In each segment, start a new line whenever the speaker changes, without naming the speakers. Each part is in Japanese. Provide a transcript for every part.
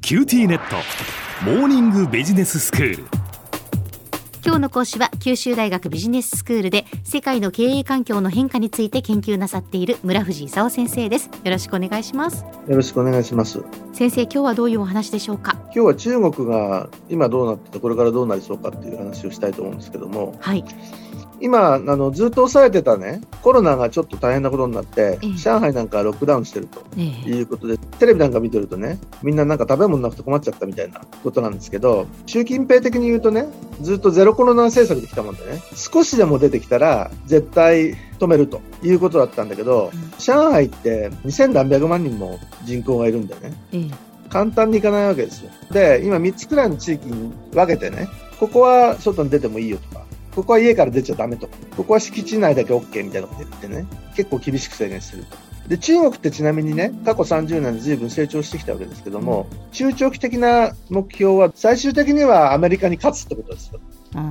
キューティーネットモーニングビジネススクール
今日の講師は九州大学ビジネススクールで世界の経営環境の変化について研究なさっている村藤勲先生ですよろしくお願いします
よろしくお願いします。
先生今日はどういうお話でしょうか
今日は中国が今どうなってて、これからどうなりそうかっていう話をしたいと思うんですけども、
はい
今、あのずっと抑えてたね、コロナがちょっと大変なことになって
ええ、
上海なんかロックダウンしてると
ええ
いうことで、テレビなんか見てるとね、みんななんか食べ物なくて困っちゃったみたいなことなんですけど、習近平的に言うとね、ずっとゼロコロナ政策で来たもんでね、少しでも出てきたら、絶対止めるということだったんだけど、上海って2000何百万人も人口がいるんだよね。
ええ
簡単にいかないわけですよ。で、今3つくらいの地域に分けてね、ここは外に出てもいいよとか、ここは家から出ちゃダメとか、ここは敷地内だけ OK みたいなこと言ってね、結構厳しく制限してると。で、中国ってちなみにね、過去30年で随分成長してきたわけですけども、中長期的な目標は最終的にはアメリカに勝つってことですよ。
うん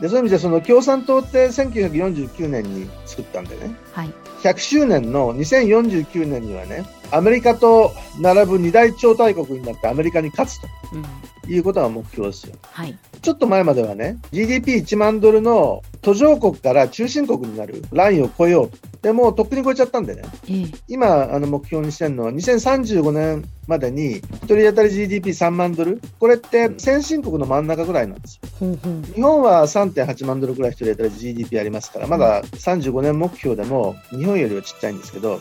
で、そういう意味でその共産党って1949年に作ったんでね、
はい
100周年の2049年にはね、アメリカと並ぶ二大超大国になってアメリカに勝つと
うん
いうことが目標ですよ。
はい
ちょっと前まではね、GDP1 万ドルの途上国から中心国になるラインを超えようと。でもうとっくに超えちゃったんでね、
ええ
今あの目標にしてるのは2035年までに1人当たり GDP3 万ドル、これって先進国の真ん中ぐらいなんですよ。
ほうほう
日本は3.8万ドルくらい1人当たり GDP ありますから、まだ35年目標でも日本よりはちっちゃいんですけど、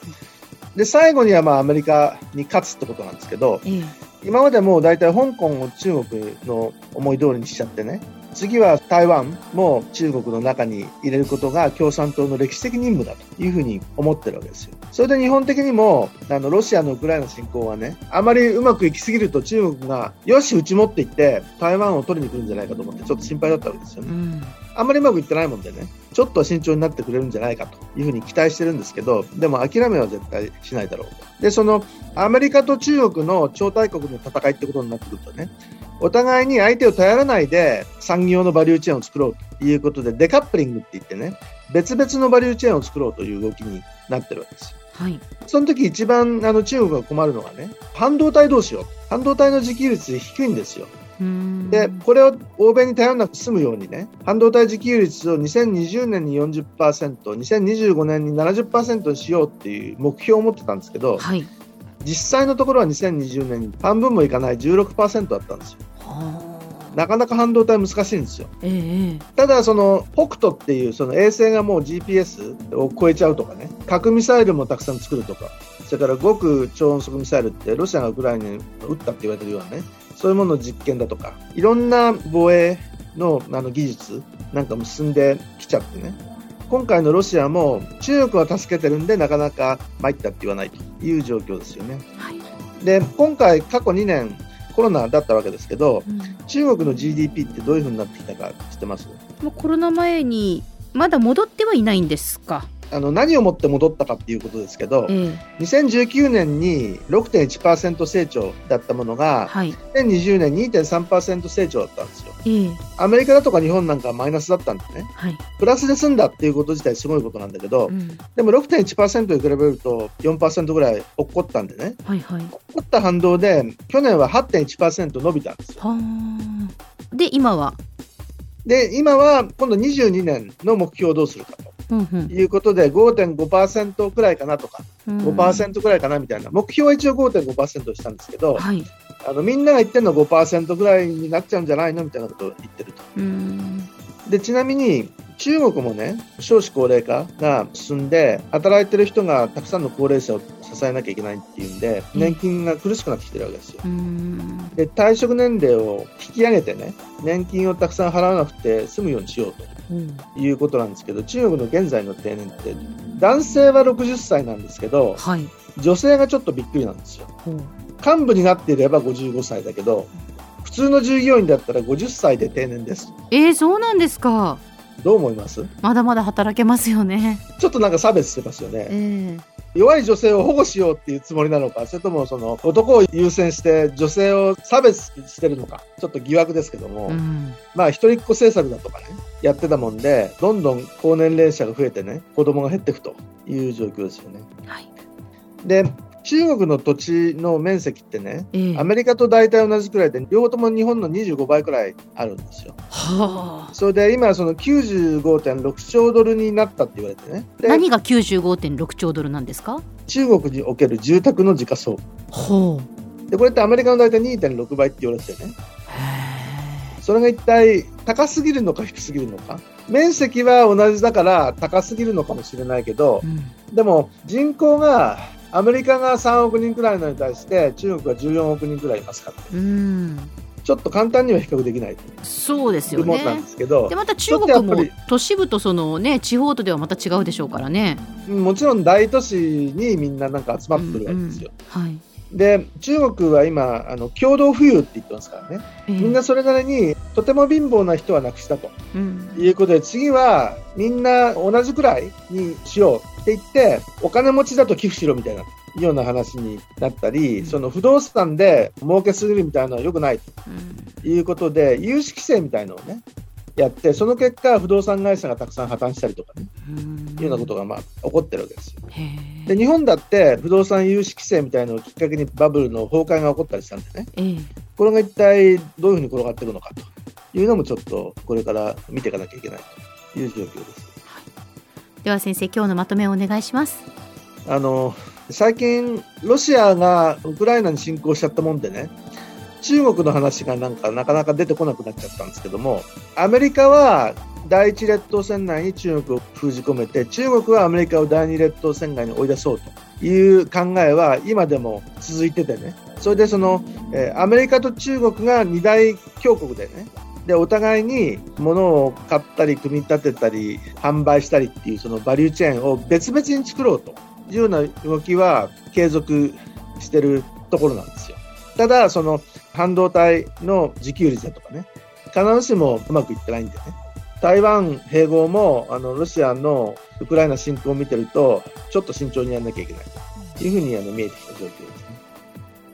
で、最後にはまあアメリカに勝つってことなんですけど、
ええ
今までもう大体香港を中国の思い通りにしちゃってね、次は台湾も中国の中に入れることが共産党の歴史的任務だというふうに思ってるわけですよ。それで日本的にも、あの、ロシアのウクライナ侵攻はね、あまりうまくいきすぎると中国が、よし、うち持って行って台湾を取りに来るんじゃないかと思ってちょっと心配だったわけですよね
う。ん
あんまりうまくいってないもんでね、ちょっとは慎重になってくれるんじゃないかというふうに期待してるんですけど、でも諦めは絶対しないだろうと。で、そのアメリカと中国の超大国の戦いってことになってくるとね、お互いに相手を頼らないで産業のバリューチェーンを作ろうということで、デカップリングって言ってね、別々のバリューチェーンを作ろうという動きになってるわけですよ。
はい
その時一番あの中国が困るのがね、半導体どうしよう。半導体の自給率低いんですよ。
うん
で、これを欧米に頼らなく済むようにね、半導体自給率を2020年に40%、2025年に70%にしようっていう目標を持ってたんですけど、
はい
実際のところは2020年に半分もいかない16%だったんですよ。
はあ
なかなか半導体難しいんですよ。
ええ
ただ、その北斗っていうその衛星がもう GPS を超えちゃうとかね、核ミサイルもたくさん作るとか、それから極超音速ミサイルってロシアがウクライナに撃ったって言われてるようなね、そういうものの実験だとか、いろんな防衛のあの技術なんかも進んできちゃってね、今回のロシアも中国は助けてるんで、なかなか参ったって言わないという状況ですよね。
はい
で、今回過去2年コロナだったわけですけど、
うん
中国の GDP ってどういうふうになってきたか知ってます
もうコロナ前にまだ戻ってはいないんですか
あの何をもって戻ったかっていうことですけど、
ええ
2019年に6.1%成長だったものが、
はい
2020年2.3%成長だったんですよ。
ええ
アメリカだとか日本なんかはマイナスだったんでね、
はい
プラスで済んだっていうこと自体すごいことなんだけど、
うん
でも6.1%に比べると4%ぐらい落っこったんでね、
はいはい
落っこった反動で、去年は8.1%伸びたんですよ。
はあ。で、今は。
で、今は今度22年の目標をどうするか
うんう
と
ん
いうことで、5.5%くらいかなとか、
うん。
5%ぐらいかなみたいな、目標は一応5.5%にしたんですけど、
はい。
あのみんなが言ってるのは5%ぐらいになっちゃうんじゃないのみたいなことを言ってると。
うん。
でちなみに中国もね、少子高齢化が進んで、働いてる人がたくさんの高齢者を支えなきゃいけないっていうんで、
うん
年金が苦しくなってきてるわけですよ。
うん。
で、退職年齢を引き上げてね、年金をたくさん払わなくて済むようにしようと
うん
いうことなんですけど、中国の現在の定年って、男性は60歳なんですけど、
はい。
女性がちょっとびっくりなんですよ。
ほう
幹部になっていれば55歳だけど普通の従業員だったら50歳で定年です
えー、そうなんですか。
どう思います
まだまだ働けますよね。
ちょっとなんか差別してますよ
え
ね
え
弱い女性を保護しようっていうつもりなのかそれともその男を優先して女性を差別してるのかちょっと疑惑ですけども、
うん。
まあ一人っ子政策だとかねやってたもんでどんどん高年齢者が増えてね子供が減っていくという状況ですよね
はい。
で中国の土地の面積ってね、
ええ
アメリカと大体同じくらいで、両方とも日本の25倍くらいあるんですよ。
はあ
それで今、その95.6兆ドルになったって言われてね、で
何が95.6兆ドルなんですか
中国における住宅の時価総
ほう
で、これってアメリカの大体2.6倍って言われててね、
へ
それが一体高すぎるのか低すぎるのか。面積は同じだから高すぎるのかもしれないけど
え、うん
でも人口がアメリカが3億人くらいなのに対して中国が14億人くらいいますから、
うん
ちょっと簡単には比較できないと
そうです
い
よ
うものなん
ね
ですけど
で、また中国
ちょっと
も
やっぱ
都市部とそのね地方とではまた違うでしょうからね
もちろん大都市にみんななんか集まってくるわけですよ。
はい、
で、中国は今、あの共同富裕って言ってますからね、
ええ
みんなそれなりにとても貧乏な人はなくしたと
うん
いうことで、次はみんな同じくらいにしようって言って、お金持ちだと寄付しろみたいな。ような話になったり、その不動産で儲けすぎるみたいなのは良くない
うん
ということで、融資規制みたいのをね、やって、その結果、不動産会社がたくさん破綻したりとかね、
うん
いうようなことがまあ起こってるわけですよ。
へえ
で日本だって不動産融資規制みたいなのをきっかけにバブルの崩壊が起こったりしたんでね、
ええ
これが一体どういうふうに転がっていくのかというのもちょっとこれから見ていかなきゃいけないという状況です。
では先生今日のまとめをお願いします
あの最近、ロシアがウクライナに侵攻しちゃったもんでね、中国の話がなんかなかなか出てこなくなっちゃったんですけども、アメリカは第一列島線内に中国を封じ込めて、中国はアメリカを第二列島線外に追い出そうという考えは今でも続いててね、それでその、えーアメリカと中国が二大強国でね、でお互いに物を買ったり組み立てたり販売したりっていうそのバリューチェーンを別々に作ろうというような動きは継続してるところなんですよ。ただ、その半導体の自給率だとかね、必ずしもうまくいってないんでね、台湾併合もあのロシアのウクライナ侵攻を見てると、ちょっと慎重にやらなきゃいけないというふうにあの見えてきた状況ですね。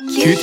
キューテ